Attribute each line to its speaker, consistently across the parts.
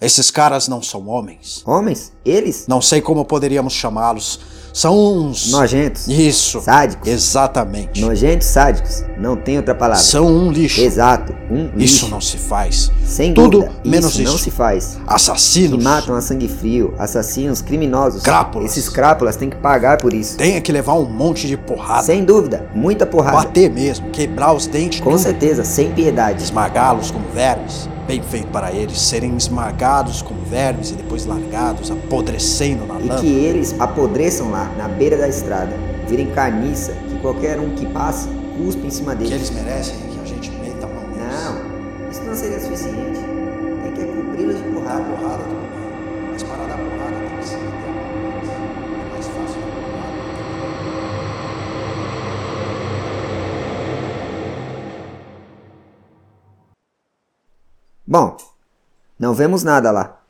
Speaker 1: Esses caras não são homens.
Speaker 2: Homens? Eles?
Speaker 1: Não sei como poderíamos chamá-los. São uns.
Speaker 2: Nojentos.
Speaker 1: Isso.
Speaker 2: Sádicos.
Speaker 1: Exatamente.
Speaker 2: Nojentos sádicos. Não tem outra palavra.
Speaker 1: São um lixo.
Speaker 2: Exato. Um lixo.
Speaker 1: Isso não se faz.
Speaker 2: Sem
Speaker 1: Tudo
Speaker 2: dúvida.
Speaker 1: menos
Speaker 2: isso, não
Speaker 1: isso.
Speaker 2: se faz. Que
Speaker 1: Assassinos.
Speaker 2: matam a sangue frio, assassinos, criminosos.
Speaker 1: Crápulas.
Speaker 2: Esses crápulas têm que pagar por isso.
Speaker 1: Tem que levar um monte de porrada.
Speaker 2: Sem dúvida. Muita porrada.
Speaker 1: Bater mesmo. Quebrar os dentes.
Speaker 2: Com certeza, sem piedade.
Speaker 1: Esmagá-los como vermes. Bem feito para eles serem esmagados como vermes e depois largados, apodrecendo na
Speaker 2: E
Speaker 1: lama.
Speaker 2: que eles apodreçam lá, na beira da estrada. Virem carniça, que qualquer um que passa, cuspe em cima
Speaker 1: que eles
Speaker 2: deles.
Speaker 1: merecem é que a gente meta a mão neles.
Speaker 2: Não, isso não seria suficiente. Tem que cobri-los de
Speaker 1: Dar
Speaker 2: porrada.
Speaker 1: porrada, tudo bem. Mas para dar porrada tem que se meter a mão neles. É mais fácil dar porrada.
Speaker 2: Bom, não vemos nada lá.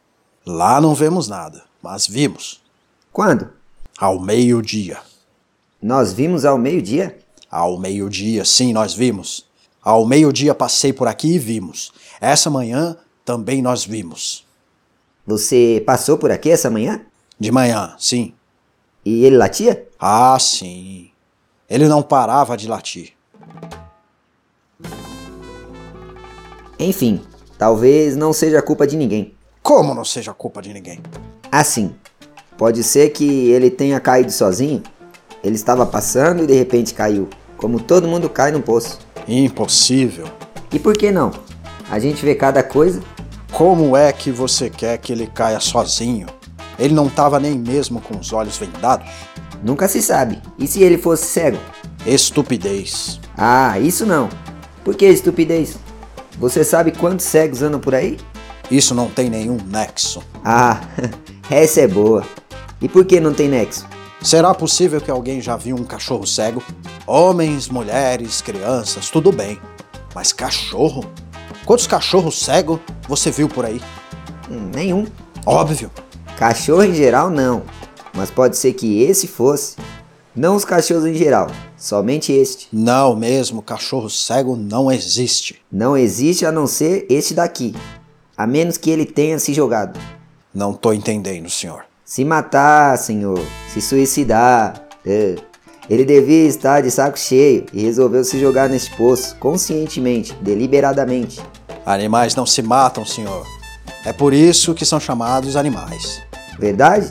Speaker 1: Lá não vemos nada, mas vimos.
Speaker 2: Quando?
Speaker 1: Ao meio-dia.
Speaker 2: Nós vimos ao meio-dia?
Speaker 1: Ao meio-dia, sim, nós vimos. Ao meio-dia passei por aqui e vimos. Essa manhã também nós vimos.
Speaker 2: Você passou por aqui essa manhã?
Speaker 1: De manhã, sim.
Speaker 2: E ele latia?
Speaker 1: Ah, sim. Ele não parava de latir.
Speaker 2: Enfim, talvez não seja culpa de ninguém.
Speaker 1: Como não seja culpa de ninguém?
Speaker 2: Assim, pode ser que ele tenha caído sozinho. Ele estava passando e de repente caiu, como todo mundo cai num poço.
Speaker 1: Impossível.
Speaker 2: E por que não? A gente vê cada coisa.
Speaker 1: Como é que você quer que ele caia sozinho? Ele não estava nem mesmo com os olhos vendados.
Speaker 2: Nunca se sabe. E se ele fosse cego?
Speaker 1: Estupidez.
Speaker 2: Ah, isso não. Por que estupidez? Você sabe quantos cegos andam por aí?
Speaker 1: Isso não tem nenhum nexo.
Speaker 2: Ah, essa é boa. E por que não tem nexo?
Speaker 1: Será possível que alguém já viu um cachorro cego? Homens, mulheres, crianças, tudo bem. Mas cachorro? Quantos cachorros cegos você viu por aí?
Speaker 2: Hum, Nenhum.
Speaker 1: Óbvio.
Speaker 2: Cachorro em geral, não. Mas pode ser que esse fosse. Não os cachorros em geral, somente este.
Speaker 1: Não mesmo, cachorro cego não existe.
Speaker 2: Não existe a não ser este daqui. A menos que ele tenha se jogado.
Speaker 1: Não tô entendendo, senhor.
Speaker 2: Se matar, senhor. Se suicidar. É. Ele devia estar de saco cheio e resolveu se jogar neste poço, conscientemente, deliberadamente.
Speaker 1: Animais não se matam, senhor. É por isso que são chamados animais.
Speaker 2: Verdade?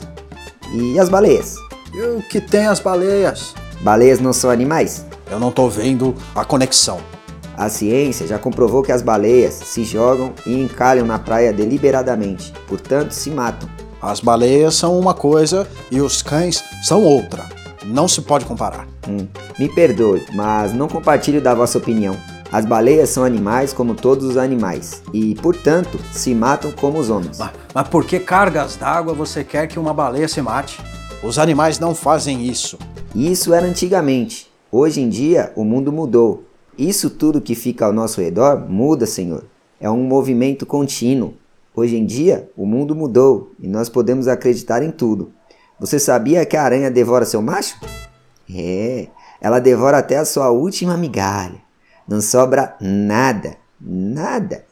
Speaker 2: E as baleias?
Speaker 1: E o que tem as baleias?
Speaker 2: Baleias não são animais?
Speaker 1: Eu não tô vendo a conexão.
Speaker 2: A ciência já comprovou que as baleias se jogam e encalham na praia deliberadamente, portanto se matam.
Speaker 1: As baleias são uma coisa e os cães são outra. Não se pode comparar.
Speaker 2: Hum, me perdoe, mas não compartilho da vossa opinião. As baleias são animais como todos os animais e, portanto, se matam como os homens.
Speaker 1: Mas, mas por que cargas d'água você quer que uma baleia se mate? Os animais não fazem isso.
Speaker 2: Isso era antigamente. Hoje em dia, o mundo mudou. Isso tudo que fica ao nosso redor muda, Senhor. É um movimento contínuo. Hoje em dia, o mundo mudou e nós podemos acreditar em tudo. Você sabia que a aranha devora seu macho? É, ela devora até a sua última migalha. Não sobra nada, nada.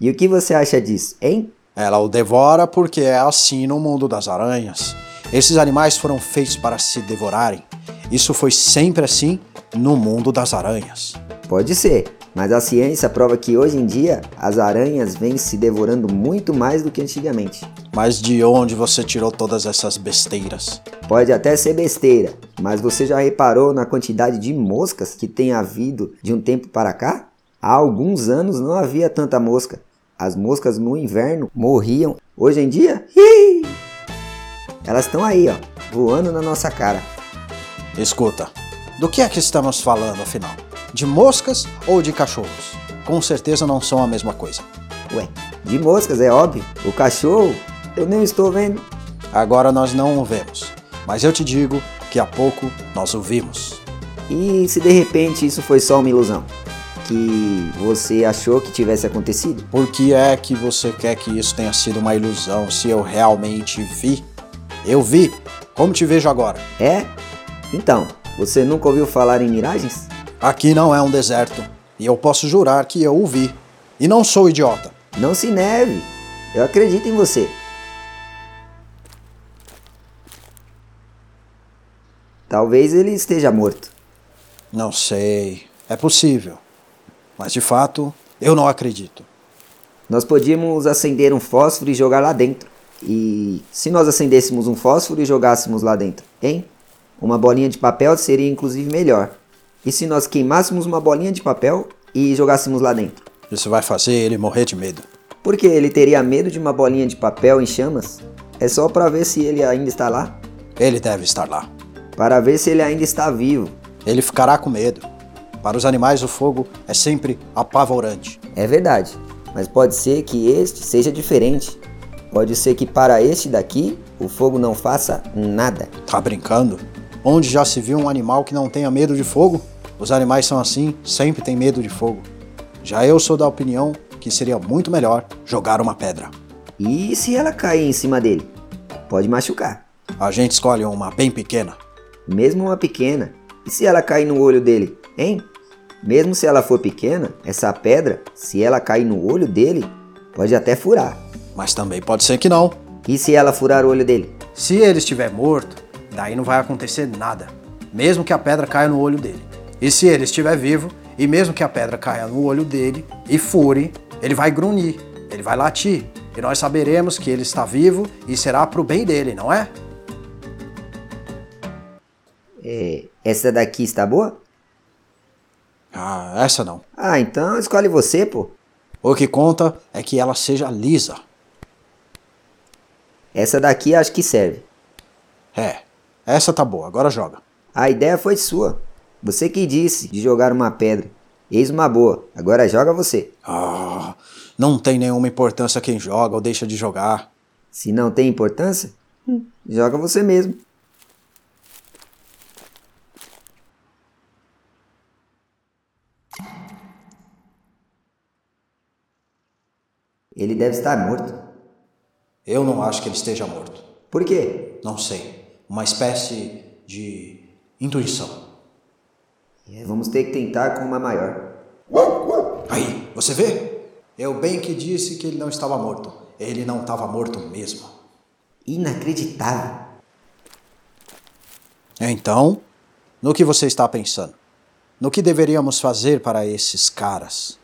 Speaker 2: E o que você acha disso, hein?
Speaker 1: Ela o devora porque é assim no mundo das aranhas. Esses animais foram feitos para se devorarem. Isso foi sempre assim no mundo das aranhas.
Speaker 2: Pode ser, mas a ciência prova que hoje em dia as aranhas vêm se devorando muito mais do que antigamente.
Speaker 1: Mas de onde você tirou todas essas besteiras?
Speaker 2: Pode até ser besteira, mas você já reparou na quantidade de moscas que tem havido de um tempo para cá? Há alguns anos não havia tanta mosca. As moscas no inverno morriam. Hoje em dia, ih, elas estão aí, ó, voando na nossa cara.
Speaker 1: Escuta, do que é que estamos falando afinal? De moscas ou de cachorros? Com certeza não são a mesma coisa.
Speaker 2: Ué, de moscas é óbvio. O cachorro, eu nem estou vendo.
Speaker 1: Agora nós não o vemos, mas eu te digo que há pouco nós o vimos.
Speaker 2: E se de repente isso foi só uma ilusão? Que você achou que tivesse acontecido?
Speaker 1: Por que é que você quer que isso tenha sido uma ilusão se eu realmente vi? Eu vi! Como te vejo agora?
Speaker 2: É? Então, você nunca ouviu falar em miragens?
Speaker 1: Aqui não é um deserto, e eu posso jurar que eu o vi. E não sou idiota.
Speaker 2: Não se neve! Eu acredito em você. Talvez ele esteja morto.
Speaker 1: Não sei. É possível. Mas de fato, eu não acredito.
Speaker 2: Nós podíamos acender um fósforo e jogar lá dentro. E se nós acendêssemos um fósforo e jogássemos lá dentro, hein? Uma bolinha de papel seria inclusive melhor. E se nós queimássemos uma bolinha de papel e jogássemos lá dentro?
Speaker 1: Isso vai fazer ele morrer de medo.
Speaker 2: Porque ele teria medo de uma bolinha de papel em chamas? É só para ver se ele ainda está lá?
Speaker 1: Ele deve estar lá.
Speaker 2: Para ver se ele ainda está vivo.
Speaker 1: Ele ficará com medo. Para os animais, o fogo é sempre apavorante.
Speaker 2: É verdade, mas pode ser que este seja diferente. Pode ser que para este daqui o fogo não faça nada.
Speaker 1: Tá brincando? Onde já se viu um animal que não tenha medo de fogo? Os animais são assim, sempre têm medo de fogo. Já eu sou da opinião que seria muito melhor jogar uma pedra.
Speaker 2: E se ela cair em cima dele? Pode machucar,
Speaker 1: A gente escolhe uma bem pequena.
Speaker 2: mesmo uma pequena. E se ela cair no olho dele, hein? Mesmo se ela for pequena, essa pedra, se ela cair no olho dele, pode até furar.
Speaker 1: Mas também pode ser que não.
Speaker 2: E se ela furar o olho dele?
Speaker 1: Se ele estiver morto, daí não vai acontecer nada, mesmo que a pedra caia no olho dele. E se ele estiver vivo, e mesmo que a pedra caia no olho dele e fure, ele vai grunhir, ele vai latir, e nós saberemos que ele está vivo e será pro bem dele, não é?
Speaker 2: É, essa daqui está boa?
Speaker 1: Ah, essa não.
Speaker 2: Ah, então escolhe você, pô.
Speaker 1: O que conta é que ela seja lisa.
Speaker 2: Essa daqui acho que serve.
Speaker 1: É, essa tá boa, agora joga.
Speaker 2: A ideia foi sua. Você que disse de jogar uma pedra. Eis uma boa. Agora joga você.
Speaker 1: Ah, não tem nenhuma importância quem joga ou deixa de jogar.
Speaker 2: Se não tem importância, hum, joga você mesmo. Ele deve estar morto.
Speaker 1: Eu não acho que ele esteja morto.
Speaker 2: Por quê?
Speaker 1: Não sei. Uma espécie de intuição.
Speaker 2: É, Vamos ter que tentar com uma maior.
Speaker 1: Aí, você vê? Eu bem que disse que ele não estava morto. Ele não estava morto mesmo.
Speaker 2: Inacreditável.
Speaker 1: Então, no que você está pensando? No que deveríamos fazer para esses caras?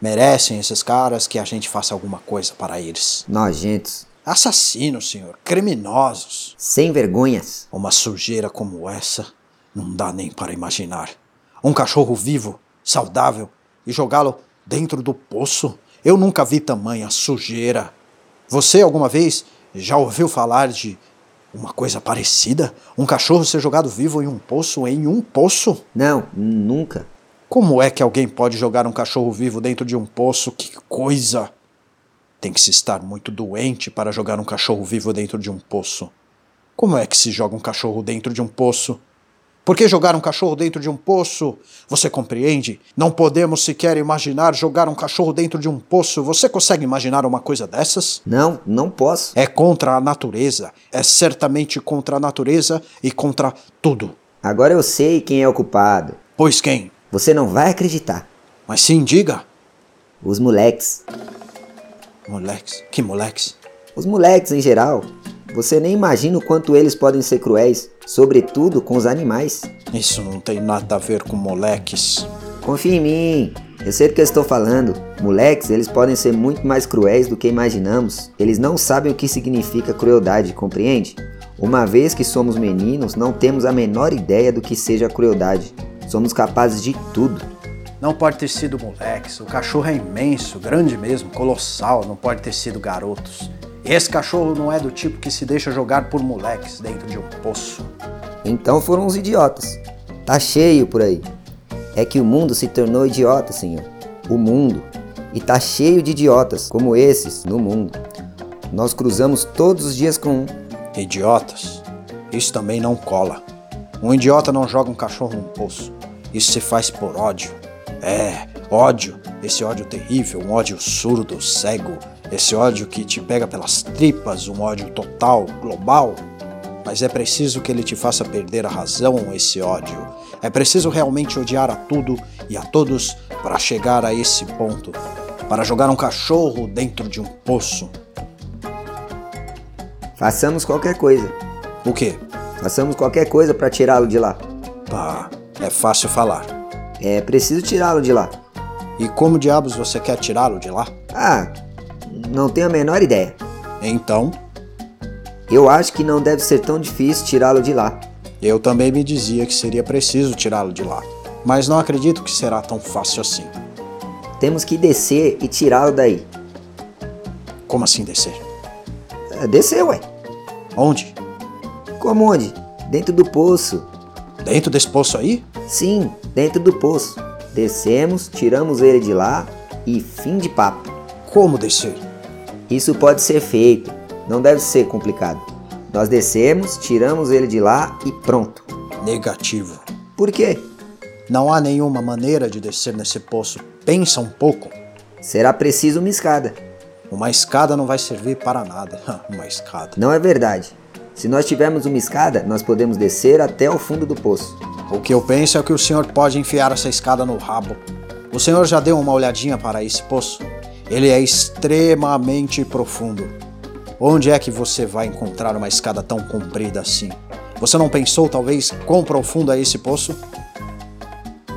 Speaker 1: Merecem esses caras que a gente faça alguma coisa para eles.
Speaker 2: Nojentos.
Speaker 1: Assassinos, senhor. Criminosos.
Speaker 2: Sem vergonhas.
Speaker 1: Uma sujeira como essa não dá nem para imaginar. Um cachorro vivo, saudável, e jogá-lo dentro do poço? Eu nunca vi tamanha sujeira. Você alguma vez já ouviu falar de uma coisa parecida? Um cachorro ser jogado vivo em um poço, em um poço?
Speaker 2: Não, nunca.
Speaker 1: Como é que alguém pode jogar um cachorro vivo dentro de um poço? Que coisa! Tem que se estar muito doente para jogar um cachorro vivo dentro de um poço. Como é que se joga um cachorro dentro de um poço? Por que jogar um cachorro dentro de um poço? Você compreende? Não podemos sequer imaginar jogar um cachorro dentro de um poço. Você consegue imaginar uma coisa dessas?
Speaker 2: Não, não posso.
Speaker 1: É contra a natureza. É certamente contra a natureza e contra tudo.
Speaker 2: Agora eu sei quem é o culpado.
Speaker 1: Pois quem?
Speaker 2: Você não vai acreditar.
Speaker 1: Mas sim, diga.
Speaker 2: Os moleques.
Speaker 1: Moleques, que moleques?
Speaker 2: Os moleques em geral. Você nem imagina o quanto eles podem ser cruéis, sobretudo com os animais.
Speaker 1: Isso não tem nada a ver com moleques.
Speaker 2: Confia em mim. Eu sei do que eu estou falando. Moleques, eles podem ser muito mais cruéis do que imaginamos. Eles não sabem o que significa crueldade, compreende? Uma vez que somos meninos, não temos a menor ideia do que seja crueldade. Somos capazes de tudo.
Speaker 1: Não pode ter sido moleques. O cachorro é imenso, grande mesmo, colossal. Não pode ter sido garotos. Esse cachorro não é do tipo que se deixa jogar por moleques dentro de um poço.
Speaker 2: Então foram os idiotas. Tá cheio por aí. É que o mundo se tornou idiota, senhor. O mundo. E tá cheio de idiotas como esses no mundo. Nós cruzamos todos os dias com um.
Speaker 1: Idiotas. Isso também não cola. Um idiota não joga um cachorro num poço. Isso se faz por ódio. É, ódio. Esse ódio terrível, um ódio surdo, cego. Esse ódio que te pega pelas tripas, um ódio total, global. Mas é preciso que ele te faça perder a razão, esse ódio. É preciso realmente odiar a tudo e a todos para chegar a esse ponto. para jogar um cachorro dentro de um poço.
Speaker 2: Façamos qualquer coisa.
Speaker 1: O quê?
Speaker 2: Façamos qualquer coisa para tirá-lo de lá.
Speaker 1: Pá, é fácil falar.
Speaker 2: É preciso tirá-lo de lá.
Speaker 1: E como diabos você quer tirá-lo de lá?
Speaker 2: Ah, não tenho a menor ideia.
Speaker 1: Então,
Speaker 2: Eu acho que não deve ser tão difícil tirá-lo de lá.
Speaker 1: eu também me dizia que seria preciso tirá-lo de lá. Mas não acredito que será tão fácil assim.
Speaker 2: Temos que descer e tirá-lo daí.
Speaker 1: Como assim descer?
Speaker 2: Ah, Descer, ué.
Speaker 1: Onde?
Speaker 2: Como onde? Dentro do poço.
Speaker 1: Dentro desse poço aí?
Speaker 2: Sim, dentro do poço. Descemos, tiramos ele de lá e fim de papo.
Speaker 1: Como descer?
Speaker 2: Isso pode ser feito, não deve ser complicado. Nós descemos, tiramos ele de lá e pronto.
Speaker 1: Negativo.
Speaker 2: Por quê?
Speaker 1: Não há nenhuma maneira de descer nesse poço. Pensa um pouco.
Speaker 2: Será preciso uma escada.
Speaker 1: Uma escada não vai servir para nada. Uma escada.
Speaker 2: Não é verdade. Se nós tivermos uma escada, nós podemos descer até o fundo do poço.
Speaker 1: O que eu penso é que o senhor pode enfiar essa escada no rabo. O senhor já deu uma olhadinha para esse poço? Ele é extremamente profundo. Onde é que você vai encontrar uma escada tão comprida assim? Você não pensou talvez quão profundo é esse poço?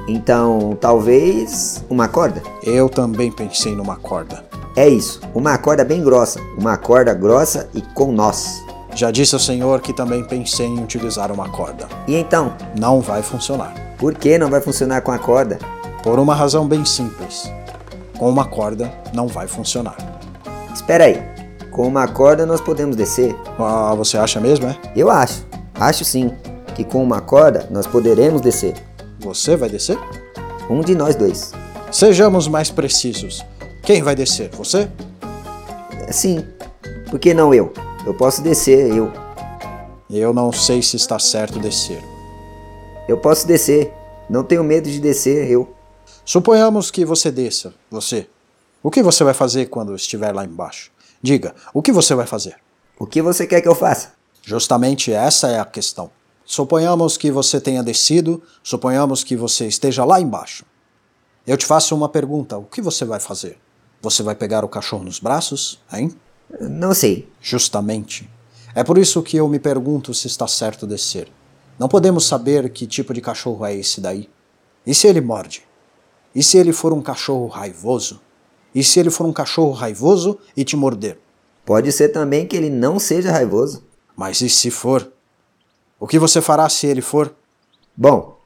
Speaker 2: Então, talvez uma corda?
Speaker 1: Eu também pensei numa corda.
Speaker 2: É isso, uma corda bem grossa, uma corda grossa e com nós.
Speaker 1: Já disse ao senhor que também pensei em utilizar uma corda.
Speaker 2: E então,
Speaker 1: Não vai funcionar.
Speaker 2: por que não vai funcionar com a corda?
Speaker 1: Por uma razão bem simples. Com uma corda não vai funcionar.
Speaker 2: Espera aí, com uma corda nós podemos descer?
Speaker 1: Ah, você acha mesmo, é?
Speaker 2: Eu acho, acho sim, que com uma corda nós poderemos descer.
Speaker 1: Você vai descer?
Speaker 2: Um de nós dois.
Speaker 1: Sejamos mais precisos. Quem vai descer? Você?
Speaker 2: É, Sim, por que não eu? Eu posso descer, eu.
Speaker 1: Eu não sei se está certo descer.
Speaker 2: Eu posso descer, não tenho medo de descer, eu.
Speaker 1: Suponhamos que você desça, você. O que você vai fazer quando estiver lá embaixo? Diga, o que você vai fazer?
Speaker 2: O que você quer que eu faça?
Speaker 1: Justamente essa é a questão. Suponhamos que você tenha descido, suponhamos que você esteja lá embaixo. Eu te faço uma pergunta: o que você vai fazer? Você vai pegar o cachorro nos braços, hein?
Speaker 2: Não sei.
Speaker 1: Justamente. É por isso que eu me pergunto se está certo descer. Não podemos saber que tipo de cachorro é esse daí. E se ele morde? E se ele for um cachorro raivoso? E se ele for um cachorro raivoso e te morder?
Speaker 2: Pode ser também que ele não seja raivoso.
Speaker 1: Mas e se for? O que você fará se ele for?
Speaker 2: Bom,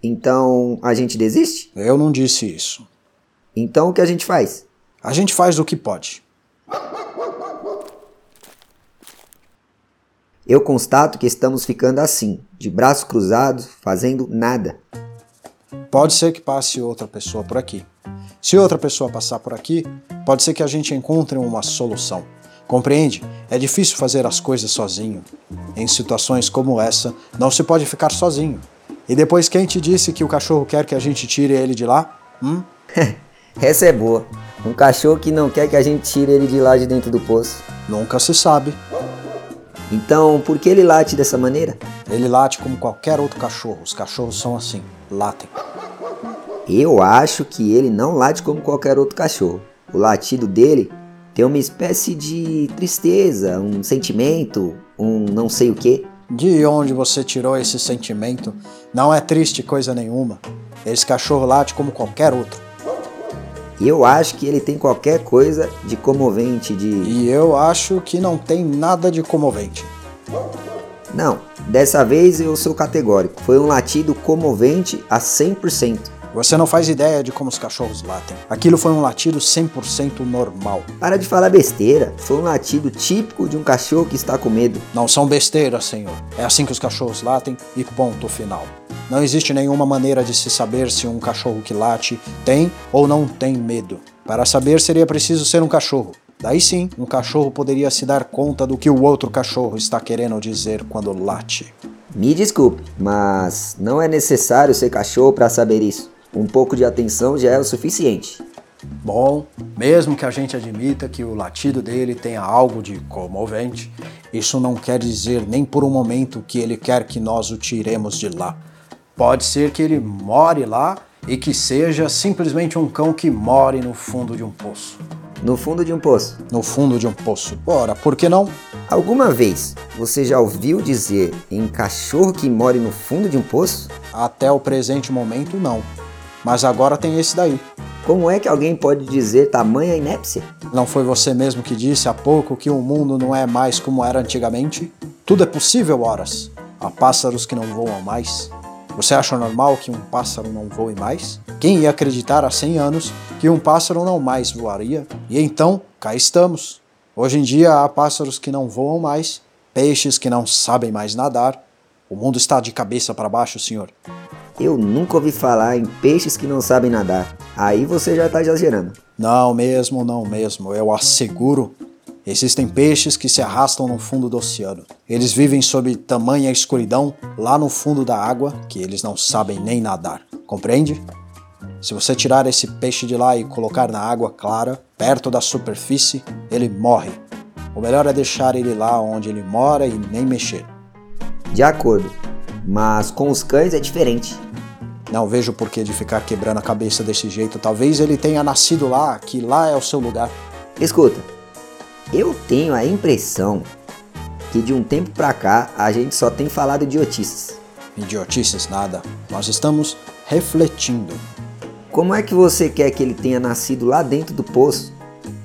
Speaker 2: então a gente desiste?
Speaker 1: Eu não disse isso.
Speaker 2: Então o que a gente faz?
Speaker 1: A gente faz o que pode.
Speaker 2: Eu constato que estamos ficando assim, de braços cruzados, fazendo nada.
Speaker 1: Pode ser que passe outra pessoa por aqui. Se outra pessoa passar por aqui, pode ser que a gente encontre uma solução. Compreende? É difícil fazer as coisas sozinho. Em situações como essa, não se pode ficar sozinho. E depois quem te disse que o cachorro quer que a gente tire ele de lá? Hum?
Speaker 2: Essa é boa. Um cachorro que não quer que a gente tire ele de lá de dentro do poço.
Speaker 1: Nunca se sabe.
Speaker 2: Então, por que ele late dessa maneira?
Speaker 1: Ele late como qualquer outro cachorro. Os cachorros são assim, latem.
Speaker 2: Eu acho que ele não late como qualquer outro cachorro. O latido dele tem uma espécie de tristeza, um sentimento, um não sei o que.
Speaker 1: De onde você tirou esse sentimento? Não é triste coisa nenhuma. Esse cachorro late como qualquer outro.
Speaker 2: Eu acho que ele tem qualquer coisa de comovente, de.
Speaker 1: E eu acho que não tem nada de comovente.
Speaker 2: Não, dessa vez eu sou categórico. Foi um latido comovente a 100%.
Speaker 1: Você não faz ideia de como os cachorros latem. Aquilo foi um latido 100% normal.
Speaker 2: Para de falar besteira, foi um latido típico de um cachorro que está com medo.
Speaker 1: Não são besteiras, senhor. É assim que os cachorros latem e ponto final. Não existe nenhuma maneira de se saber se um cachorro que late tem ou não tem medo. Para saber, seria preciso ser um cachorro. Daí sim, um cachorro poderia se dar conta do que o outro cachorro está querendo dizer quando late.
Speaker 2: Me desculpe, mas não é necessário ser cachorro para saber isso. Um pouco de atenção já é o suficiente.
Speaker 1: Bom, mesmo que a gente admita que o latido dele tenha algo de comovente, isso não quer dizer nem por um momento que ele quer que nós o tiremos de lá. Pode ser que ele more lá e que seja simplesmente um cão que more no fundo de um poço.
Speaker 2: No fundo de um poço.
Speaker 1: No fundo de um poço. Ora, por que não?
Speaker 2: Alguma vez você já ouviu dizer em cachorro que mora no fundo de um poço?
Speaker 1: Até o presente momento, não. Mas agora tem esse daí.
Speaker 2: Como é que alguém pode dizer tamanha inépcia?
Speaker 1: Não foi você mesmo que disse há pouco que o mundo não é mais como era antigamente? Tudo é possível, horas. Há pássaros que não voam mais. Você acha normal que um pássaro não voe mais? Quem ia acreditar há 100 anos que um pássaro não mais voaria? E então, cá estamos. Hoje em dia há pássaros que não voam mais, peixes que não sabem mais nadar. O mundo está de cabeça para baixo, senhor.
Speaker 2: Eu nunca ouvi falar em peixes que não sabem nadar. Aí você já está exagerando.
Speaker 1: Não mesmo, não mesmo. Eu asseguro Existem peixes que se arrastam no fundo do oceano. Eles vivem sob tamanha escuridão lá no fundo da água que eles não sabem nem nadar. Compreende? Se você tirar esse peixe de lá e colocar na água clara, perto da superfície, ele morre. O melhor é deixar ele lá onde ele mora e nem mexer.
Speaker 2: De acordo, mas com os cães é diferente.
Speaker 1: Não vejo por que de ficar quebrando a cabeça desse jeito. Talvez ele tenha nascido lá, que lá é o seu lugar.
Speaker 2: Escuta, eu tenho a impressão que de um tempo pra cá a gente só tem falado idiotices.
Speaker 1: Idiotices nada. Nós estamos refletindo.
Speaker 2: Como é que você quer que ele tenha nascido lá dentro do poço?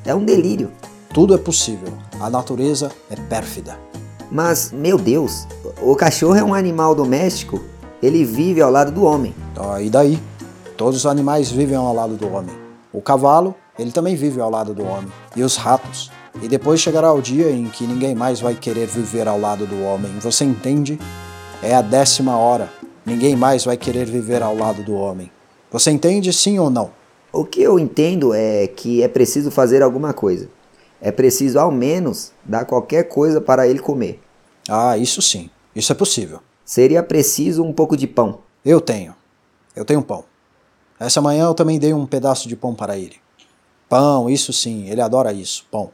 Speaker 2: É um delírio.
Speaker 1: Tudo é possível. A natureza é pérfida.
Speaker 2: Mas, meu Deus, o cachorro é um animal doméstico. Ele vive ao lado do homem.
Speaker 1: Ah, e daí? Todos os animais vivem ao lado do homem. O cavalo, ele também vive ao lado do homem. E os ratos. E depois chegará o dia em que ninguém mais vai querer viver ao lado do homem. Você entende? É a décima hora. Ninguém mais vai querer viver ao lado do homem. Você entende sim ou não?
Speaker 2: O que eu entendo é que é preciso fazer alguma coisa. É preciso, ao menos, dar qualquer coisa para ele comer.
Speaker 1: Ah, isso sim. Isso é possível.
Speaker 2: Seria preciso um pouco de pão.
Speaker 1: Eu tenho. Eu tenho pão. Essa manhã eu também dei um pedaço de pão para ele. Pão, isso sim, ele adora isso, pão.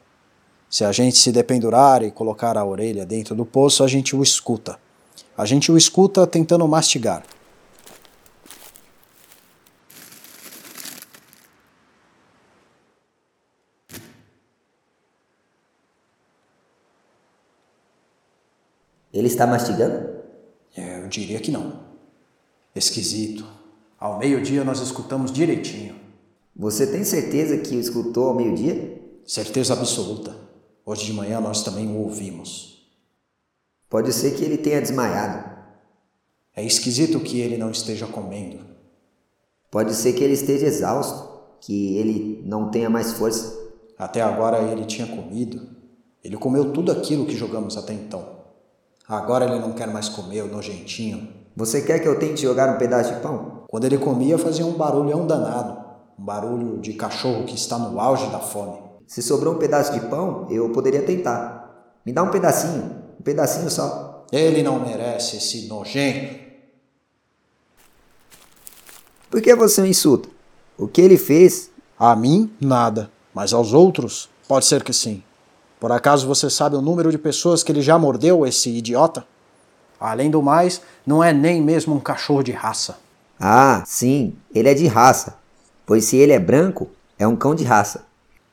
Speaker 1: Se a gente se dependurar e colocar a orelha dentro do poço, a gente o escuta. A gente o escuta tentando mastigar.
Speaker 2: Ele está mastigando?
Speaker 1: É, eu diria que não. Esquisito. Ao meio-dia nós escutamos direitinho.
Speaker 2: Você tem certeza que o escutou ao meio-dia?
Speaker 1: Certeza absoluta. Hoje de manhã nós também o ouvimos.
Speaker 2: Pode ser que ele tenha desmaiado.
Speaker 1: É esquisito que ele não esteja comendo.
Speaker 2: Pode ser que ele esteja exausto, que ele não tenha mais força.
Speaker 1: Até agora ele tinha comido. Ele comeu tudo aquilo que jogamos até então. Agora ele não quer mais comer, o nojentinho.
Speaker 2: Você quer que eu tente jogar um pedaço de pão?
Speaker 1: Quando ele comia, fazia um barulhão danado um barulho de cachorro que está no auge da fome.
Speaker 2: Se sobrou um pedaço de pão, eu poderia tentar. Me dá um pedacinho, um pedacinho só.
Speaker 1: Ele não merece esse nojento.
Speaker 2: Por que você o insulta? O que ele fez?
Speaker 1: A mim, nada. Mas aos outros, pode ser que sim. Por acaso você sabe o número de pessoas que ele já mordeu, esse idiota? Além do mais, não é nem mesmo um cachorro de raça.
Speaker 2: Ah, sim, ele é de raça. Pois se ele é branco, é um cão de raça.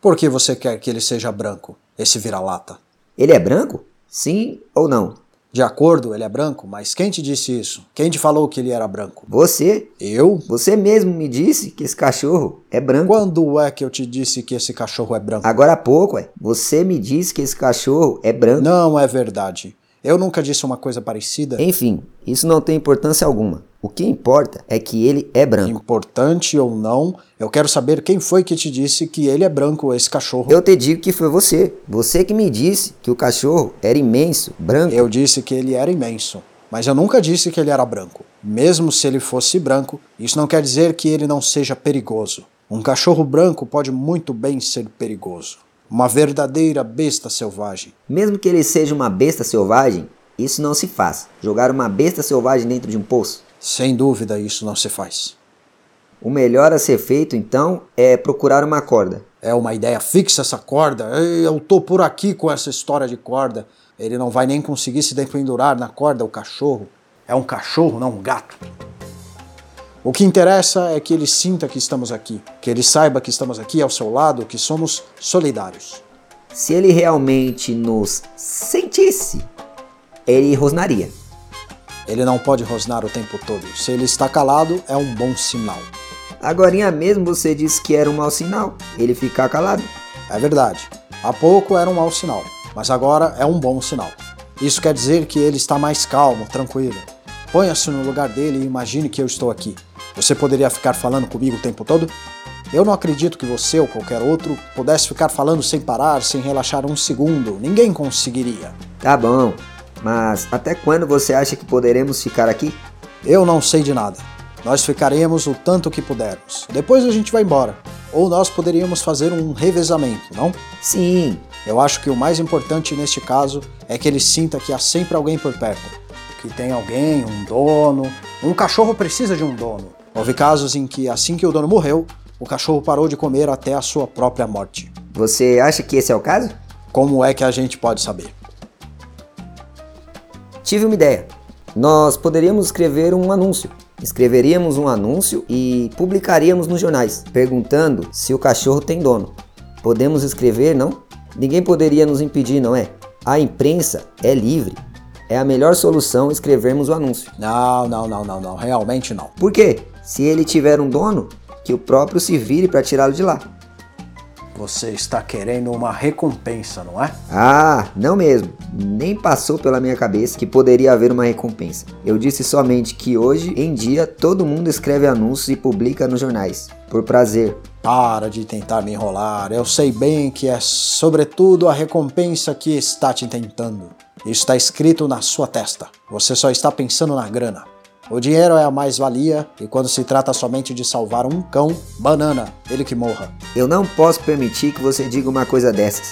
Speaker 1: Por que você quer que ele seja branco, esse vira-lata?
Speaker 2: Ele é branco? Sim ou não?
Speaker 1: De acordo, ele é branco, mas quem te disse isso? Quem te falou que ele era branco?
Speaker 2: Você?
Speaker 1: Eu?
Speaker 2: Você mesmo me disse que esse cachorro é branco.
Speaker 1: Quando é que eu te disse que esse cachorro é branco?
Speaker 2: Agora há pouco, é. Você me disse que esse cachorro é branco.
Speaker 1: Não é verdade. Eu nunca disse uma coisa parecida.
Speaker 2: Enfim, isso não tem importância alguma. O que importa é que ele é branco.
Speaker 1: Importante ou não, eu quero saber quem foi que te disse que ele é branco, esse cachorro.
Speaker 2: Eu te digo que foi você. Você que me disse que o cachorro era imenso, branco.
Speaker 1: Eu disse que ele era imenso, mas eu nunca disse que ele era branco. Mesmo se ele fosse branco, isso não quer dizer que ele não seja perigoso. Um cachorro branco pode muito bem ser perigoso uma verdadeira besta selvagem.
Speaker 2: Mesmo que ele seja uma besta selvagem, isso não se faz. Jogar uma besta selvagem dentro de um poço?
Speaker 1: Sem dúvida, isso não se faz.
Speaker 2: O melhor a ser feito, então, é procurar uma corda.
Speaker 1: É uma ideia fixa essa corda. Eu tô por aqui com essa história de corda. Ele não vai nem conseguir se dependurar na corda, o cachorro. É um cachorro, não um gato. O que interessa é que ele sinta que estamos aqui, que ele saiba que estamos aqui ao seu lado, que somos solidários.
Speaker 2: Se ele realmente nos sentisse, ele rosnaria.
Speaker 1: Ele não pode rosnar o tempo todo. Se ele está calado, é um bom sinal.
Speaker 2: Agorinha mesmo você disse que era um mau sinal, ele ficar calado.
Speaker 1: É verdade. Há pouco era um mau sinal, mas agora é um bom sinal. Isso quer dizer que ele está mais calmo, tranquilo. Ponha-se no lugar dele e imagine que eu estou aqui. Você poderia ficar falando comigo o tempo todo? Eu não acredito que você ou qualquer outro pudesse ficar falando sem parar, sem relaxar um segundo. Ninguém conseguiria.
Speaker 2: Tá bom, mas até quando você acha que poderemos ficar aqui?
Speaker 1: Eu não sei de nada. Nós ficaremos o tanto que pudermos. Depois a gente vai embora. Ou nós poderíamos fazer um revezamento, não?
Speaker 2: Sim,
Speaker 1: Eu acho que o mais importante neste caso é que ele sinta que há sempre alguém por perto. Que tem alguém, um dono. Um cachorro precisa de um dono. Houve casos em que, assim que o dono morreu, o cachorro parou de comer até a sua própria morte.
Speaker 2: você acha que esse é o caso?
Speaker 1: Como é que a gente pode saber?
Speaker 2: Tive uma ideia. Nós poderíamos escrever um anúncio. Escreveríamos um anúncio e publicaríamos nos jornais, perguntando se o cachorro tem dono. Podemos escrever, não? Ninguém poderia nos impedir, não é? A imprensa é livre. É a melhor solução escrevermos o anúncio.
Speaker 1: Não, não, não, não, não. Realmente não.
Speaker 2: Por quê? Se ele tiver um dono, que o próprio se vire para tirá-lo de lá.
Speaker 1: Você está querendo uma recompensa, não é?
Speaker 2: Ah, não mesmo. Nem passou pela minha cabeça que poderia haver uma recompensa. Eu disse somente que hoje em dia todo mundo escreve anúncios e publica nos jornais, por prazer.
Speaker 1: Para de tentar me enrolar. Eu sei bem que é, sobretudo, a recompensa que está te tentando. Isso está escrito na sua testa. Você só está pensando na grana. O dinheiro é a mais-valia, e quando se trata somente de salvar um cão, banana, ele que morra.
Speaker 2: Eu não posso permitir que você diga uma coisa dessas.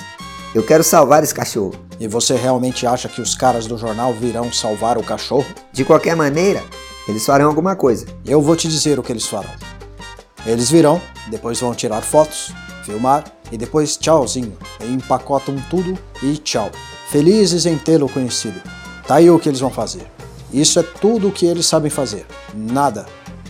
Speaker 2: Eu quero salvar esse cachorro.
Speaker 1: E você realmente acha que os caras do jornal virão salvar o cachorro?
Speaker 2: De qualquer maneira, eles farão alguma coisa.
Speaker 1: Eu vou te dizer o que eles farão. Eles virão, depois vão tirar fotos, filmar e depois tchauzinho. E empacotam tudo e tchau. Felizes em tê-lo conhecido. Tá aí o que eles vão fazer. Isso é tudo o que eles sabem fazer. Nada.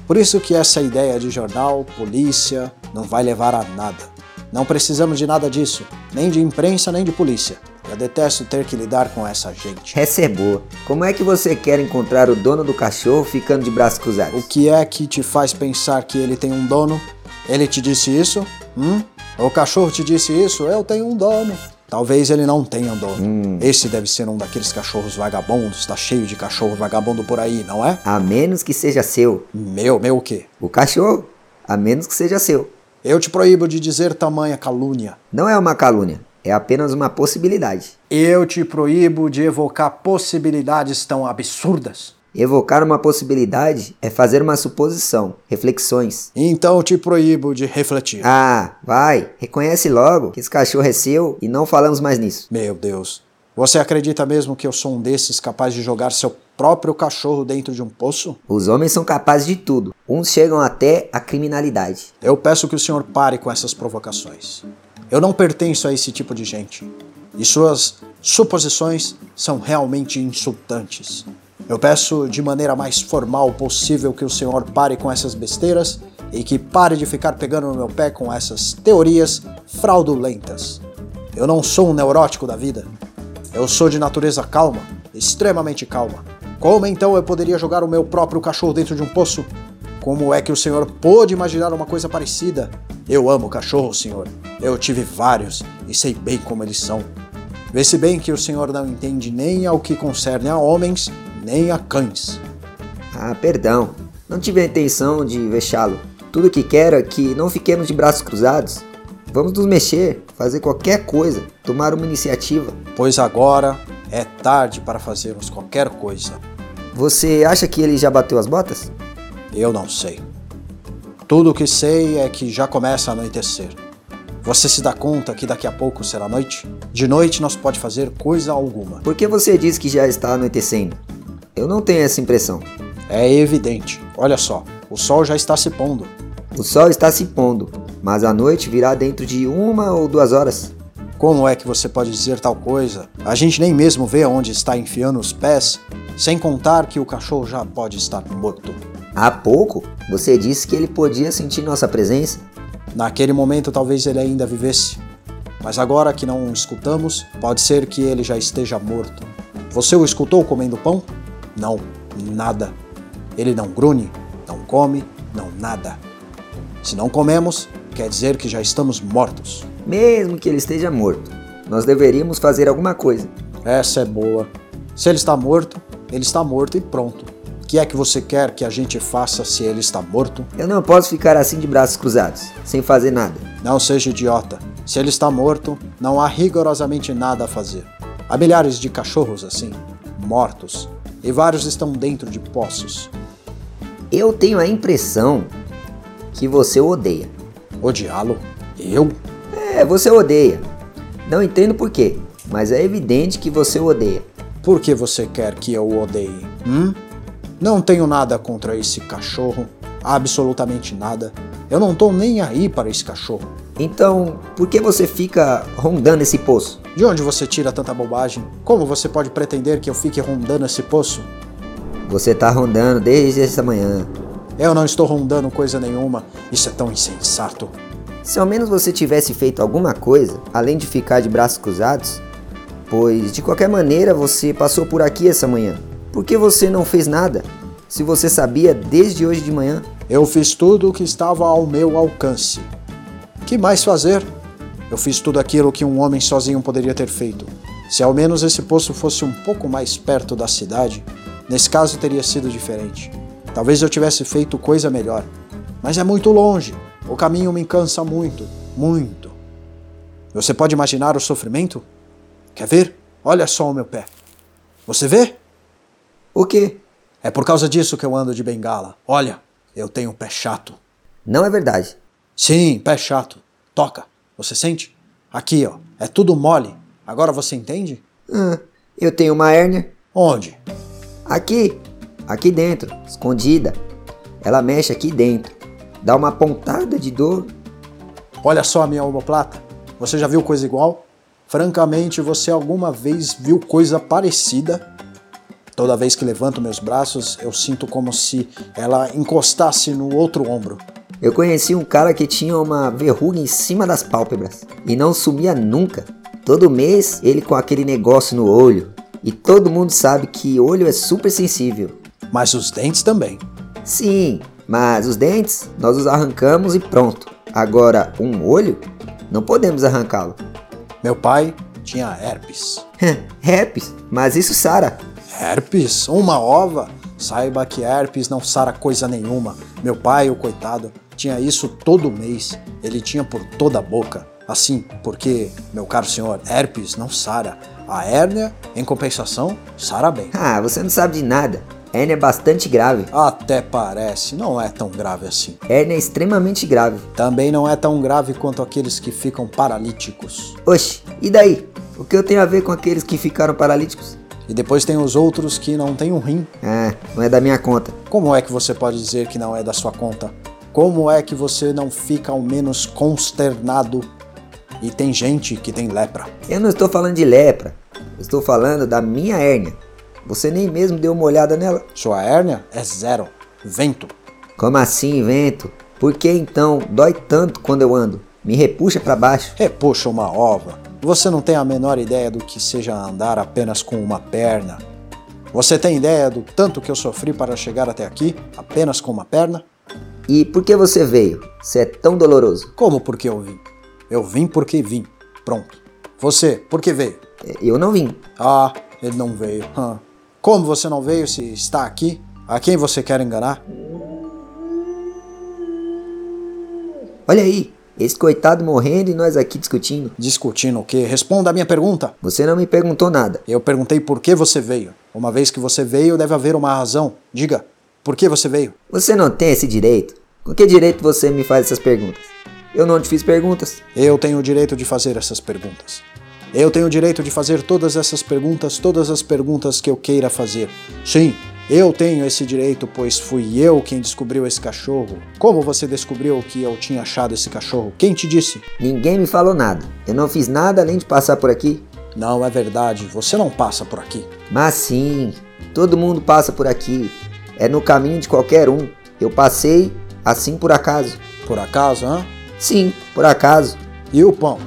Speaker 1: Por isso que essa ideia de jornal, polícia, não vai levar a nada. Não precisamos de nada disso, nem de imprensa, nem de polícia. Eu detesto ter que lidar com essa gente.
Speaker 2: Essa é boa. Como é que você quer encontrar o dono do cachorro ficando de braços cruzados?
Speaker 1: O que é que te faz pensar que ele tem um dono? Ele te disse isso? Hum? O cachorro te disse isso? Eu tenho um dono. Talvez ele não tenha um dono. Esse deve ser um daqueles cachorros vagabundos. Tá cheio de cachorro vagabundo por aí, não é?
Speaker 2: A menos que seja seu.
Speaker 1: Meu, meu o quê?
Speaker 2: O cachorro. A menos que seja seu.
Speaker 1: Eu te proíbo de dizer tamanha calúnia.
Speaker 2: Não é uma calúnia, é apenas uma possibilidade.
Speaker 1: Eu te proíbo de evocar possibilidades tão absurdas.
Speaker 2: Evocar uma possibilidade é fazer uma suposição, reflexões.
Speaker 1: Então te proíbo de refletir.
Speaker 2: Ah, vai, reconhece logo que esse cachorro é seu e não falamos mais nisso.
Speaker 1: Meu Deus. Você acredita mesmo que eu sou um desses capaz de jogar seu próprio cachorro dentro de um poço?
Speaker 2: Os homens são capazes de tudo. Uns chegam até a criminalidade.
Speaker 1: Eu peço que o senhor pare com essas provocações. Eu não pertenço a esse tipo de gente. E suas suposições são realmente insultantes. Eu peço de maneira mais formal possível que o senhor pare com essas besteiras e que pare de ficar pegando no meu pé com essas teorias fraudulentas. Eu não sou um neurótico da vida. Eu sou de natureza calma, extremamente calma. Como então eu poderia jogar o meu próprio cachorro dentro de um poço? Como é que o senhor pôde imaginar uma coisa parecida? Eu amo cachorro, senhor. Eu tive vários e sei bem como eles são. Vê-se bem que o senhor não entende nem ao que concerne a homens, nem a cães.
Speaker 2: Ah, perdão. Não tive a intenção de vexá-lo. Tudo que quero é que não fiquemos de braços cruzados. Vamos nos mexer, fazer qualquer coisa, tomar uma iniciativa.
Speaker 1: Pois agora é tarde para fazermos qualquer coisa.
Speaker 2: Você acha que ele já bateu as botas?
Speaker 1: Eu não sei. Tudo o que sei é que já começa a anoitecer. Você se dá conta que daqui a pouco será noite? De noite não se pode fazer coisa alguma.
Speaker 2: Por que você diz que já está anoitecendo? Eu não tenho essa impressão.
Speaker 1: É evidente. Olha só, o sol já está se pondo.
Speaker 2: O sol está se pondo, mas a noite virá dentro de uma ou duas horas.
Speaker 1: Como é que você pode dizer tal coisa? A gente nem mesmo vê onde está enfiando os pés, sem contar que o cachorro já pode estar morto.
Speaker 2: Há pouco você disse que ele podia sentir nossa presença.
Speaker 1: Naquele momento talvez ele ainda vivesse, mas agora que não o escutamos, pode ser que ele já esteja morto. Você o escutou comendo pão? Não, nada. Ele não grunhe, não come, não nada. Se não comemos, quer dizer que já estamos mortos.
Speaker 2: Mesmo que ele esteja morto, nós deveríamos fazer alguma coisa.
Speaker 1: Essa é boa. Se ele está morto, ele está morto e pronto. O que é que você quer que a gente faça se ele está morto?
Speaker 2: Eu não posso ficar assim de braços cruzados, sem fazer nada.
Speaker 1: Não seja idiota. Se ele está morto, não há rigorosamente nada a fazer. Há milhares de cachorros assim, mortos, e vários estão dentro de poços.
Speaker 2: Eu tenho a impressão que você o odeia.
Speaker 1: Odiá-lo? Eu?
Speaker 2: É, você o odeia. Não entendo por quê, mas é evidente que você o odeia.
Speaker 1: Por que você quer que eu o odeie? Hum? Não tenho nada contra esse cachorro, absolutamente nada. Eu não tô nem aí para esse cachorro.
Speaker 2: Então, por que você fica rondando esse poço?
Speaker 1: De onde você tira tanta bobagem? Como você pode pretender que eu fique rondando esse poço?
Speaker 2: Você tá rondando desde essa manhã.
Speaker 1: Eu não estou rondando coisa nenhuma. Isso é tão insensato.
Speaker 2: Se ao menos você tivesse feito alguma coisa, além de ficar de braços cruzados, pois de qualquer maneira você passou por aqui essa manhã. Por que você não fez nada? Se você sabia desde hoje de manhã?
Speaker 1: Eu fiz tudo o que estava ao meu alcance. Que mais fazer? Eu fiz tudo aquilo que um homem sozinho poderia ter feito. Se ao menos esse poço fosse um pouco mais perto da cidade, nesse caso teria sido diferente. Talvez eu tivesse feito coisa melhor. Mas é muito longe. O caminho me cansa muito, muito. Você pode imaginar o sofrimento? Quer ver? Olha só o meu pé. Você vê?
Speaker 2: O quê?
Speaker 1: É por causa disso que eu ando de bengala. Olha, eu tenho um pé chato.
Speaker 2: Não é verdade.
Speaker 1: Sim, pé chato. Toca. Você sente? Aqui, ó. É tudo mole. Agora você entende?
Speaker 2: Ah, eu tenho uma hérnia.
Speaker 1: Onde?
Speaker 2: Aqui, aqui dentro, escondida. Ela mexe aqui dentro. Dá uma pontada de dor.
Speaker 1: Olha só a minha omoplata. Você já viu coisa igual? Francamente, você alguma vez viu coisa parecida? Toda vez que levanto meus braços, eu sinto como se ela encostasse no outro ombro.
Speaker 2: Eu conheci um cara que tinha uma verruga em cima das pálpebras e não sumia nunca. Todo mês ele com aquele negócio no olho. E todo mundo sabe que olho é super sensível.
Speaker 1: Mas os dentes também.
Speaker 2: Sim, mas os dentes nós os arrancamos e pronto. Agora, um olho? Não podemos arrancá-lo.
Speaker 1: Meu pai tinha herpes.
Speaker 2: Herpes? Mas isso sara.
Speaker 1: Herpes? Uma ova? Saiba que herpes não sara coisa nenhuma. Meu pai, o coitado, tinha isso todo mês. Ele tinha por toda a boca. Assim, porque, meu caro senhor, herpes não sara. A hérnia, em compensação, sara bem.
Speaker 2: Ah, você não sabe de nada. Hérnia é bastante grave.
Speaker 1: Até parece, não é tão grave assim.
Speaker 2: Hérnia é extremamente grave.
Speaker 1: Também não é tão grave quanto aqueles que ficam paralíticos.
Speaker 2: Oxe, e daí? O que eu tenho a ver com aqueles que ficaram paralíticos?
Speaker 1: E depois tem os outros que não têm um rim.
Speaker 2: Ah, não é da minha conta.
Speaker 1: Como é que você pode dizer que não é da sua conta? Como é que você não fica ao menos consternado? E tem gente que tem lepra.
Speaker 2: Eu não estou falando de lepra. Eu estou falando da minha hérnia. Você nem mesmo deu uma olhada nela.
Speaker 1: Sua hérnia é zero. Vento.
Speaker 2: Como assim, vento? Por que então dói tanto quando eu ando? Me repuxa para baixo.
Speaker 1: Repuxa É, uma ova. Você não tem a menor ideia do que seja andar apenas com uma perna. Você tem ideia do tanto que eu sofri para chegar até aqui, apenas com uma perna?
Speaker 2: E por que você veio? Se é tão doloroso.
Speaker 1: Como porque eu vim? Eu vim porque vim. Pronto. Você, por que veio?
Speaker 2: É, Eu não vim.
Speaker 1: Ah, ele não veio. Hã. Como você não veio se está aqui? A quem você quer enganar?
Speaker 2: Olha aí, esse coitado morrendo e nós aqui discutindo.
Speaker 1: Discutindo o quê? Responda a minha pergunta.
Speaker 2: Você não me perguntou nada.
Speaker 1: Eu perguntei por que você veio. Uma vez que você veio, deve haver uma razão. Diga, por que você veio?
Speaker 2: Você não tem esse direito. Com que direito você me faz essas perguntas? Eu não te fiz perguntas.
Speaker 1: Eu tenho o direito de fazer essas perguntas. Eu tenho o direito de fazer todas essas perguntas, todas as perguntas que eu queira fazer. Sim, eu tenho esse direito, pois fui eu quem descobriu esse cachorro. Como você descobriu que eu tinha achado esse cachorro? Quem te disse?
Speaker 2: Ninguém me falou nada. Eu não fiz nada além de passar por aqui.
Speaker 1: Não é verdade, você não passa por aqui.
Speaker 2: Mas sim, todo mundo passa por aqui. É no caminho de qualquer um. Eu passei assim por acaso.
Speaker 1: Por acaso, hã?
Speaker 2: Sim, por acaso.
Speaker 1: E o pão?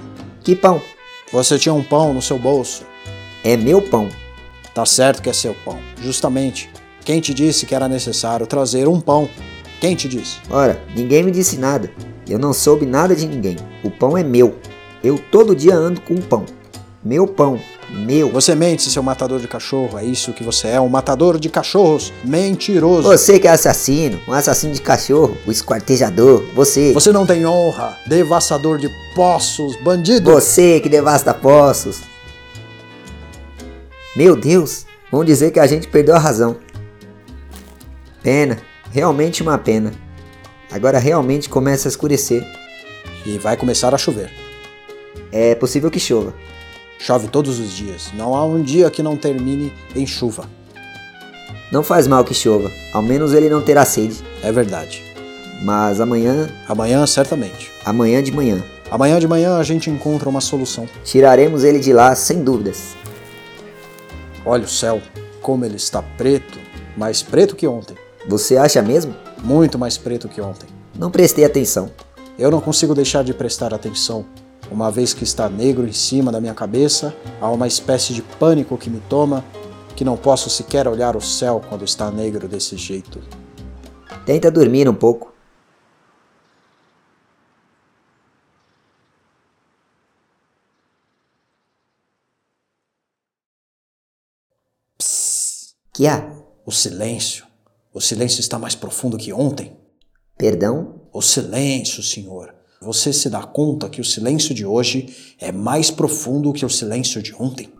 Speaker 2: Que pão?
Speaker 1: Você tinha um pão no seu bolso.
Speaker 2: É meu pão.
Speaker 1: Tá certo que é seu pão. Justamente. Quem te disse que era necessário trazer um pão? Quem te disse?
Speaker 2: Ora, ninguém me disse nada. Eu não soube nada de ninguém. O pão é meu. Eu todo dia ando com um pão. Meu pão. Meu.
Speaker 1: Você mente, seu matador de cachorro. É isso que você é, um matador de cachorros. Mentiroso.
Speaker 2: Você que é assassino, um assassino de cachorro, o esquartejador, você.
Speaker 1: Você não tem honra. Devassador de poços, bandido.
Speaker 2: Você que devasta poços. Meu Deus, vão dizer que a gente perdeu a razão. Pena, realmente uma pena. Agora realmente começa a escurecer.
Speaker 1: E vai começar a chover.
Speaker 2: É possível que chova.
Speaker 1: Chove todos os dias. Não há um dia que não termine em chuva.
Speaker 2: Não faz mal que chova, ao menos ele não terá sede.
Speaker 1: É verdade.
Speaker 2: Mas amanhã,
Speaker 1: Amanhã, certamente.
Speaker 2: amanhã de manhã,
Speaker 1: Amanhã de manhã a gente encontra uma solução.
Speaker 2: tiraremos ele de lá sem dúvidas.
Speaker 1: Olha o céu, como ele está preto. Mais preto que ontem.
Speaker 2: Você acha mesmo?
Speaker 1: Muito mais preto que ontem.
Speaker 2: Não prestei atenção.
Speaker 1: Eu não consigo deixar de prestar atenção. Uma vez que está negro em cima da minha cabeça, há uma espécie de pânico que me toma, que não posso sequer olhar o céu quando está negro desse jeito.
Speaker 2: Tenta dormir um pouco. Que há?
Speaker 1: O silêncio. O silêncio está mais profundo que ontem.
Speaker 2: Perdão?
Speaker 1: O silêncio, senhor. Você se dá conta que o silêncio de hoje é mais profundo que o silêncio de ontem?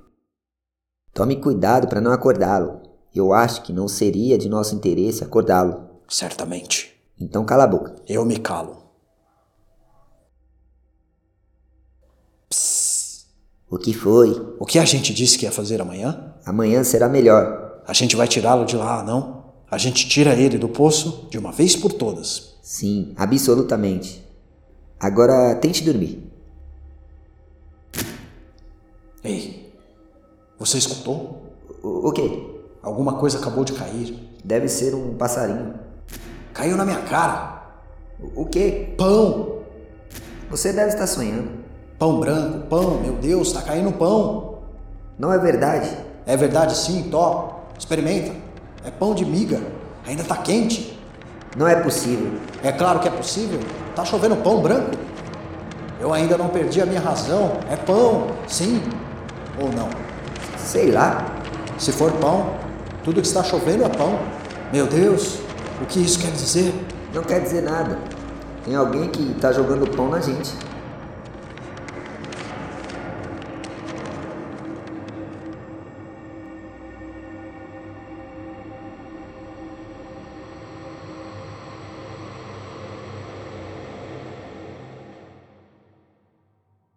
Speaker 2: Tome cuidado para não acordá-lo. Eu acho que não seria de nosso interesse acordá-lo.
Speaker 1: Certamente.
Speaker 2: Então cala a boca.
Speaker 1: Eu me calo.
Speaker 2: O que foi?
Speaker 1: O que a gente disse que ia fazer amanhã?
Speaker 2: Amanhã será melhor.
Speaker 1: A gente vai tirá-lo de lá, não? A gente tira ele do poço de uma vez por todas.
Speaker 2: Sim, absolutamente. Agora tente dormir.
Speaker 1: Ei, você escutou?
Speaker 2: O, o quê?
Speaker 1: Alguma coisa acabou de cair.
Speaker 2: Deve ser um passarinho.
Speaker 1: Caiu na minha cara.
Speaker 2: O, o quê?
Speaker 1: Pão!
Speaker 2: Você deve estar sonhando.
Speaker 1: Pão branco, pão, meu Deus, tá caindo pão.
Speaker 2: Não é verdade?
Speaker 1: É verdade sim, Tó. Experimenta. É pão de miga. Ainda tá quente.
Speaker 2: Não é possível.
Speaker 1: É claro que é possível. Tá chovendo pão branco. Eu ainda não perdi a minha razão. É pão, sim ou não?
Speaker 2: Sei lá.
Speaker 1: Se for pão, tudo que está chovendo é pão. Meu Deus, o que isso quer dizer?
Speaker 2: Não quer dizer nada. Tem alguém que tá jogando pão na gente.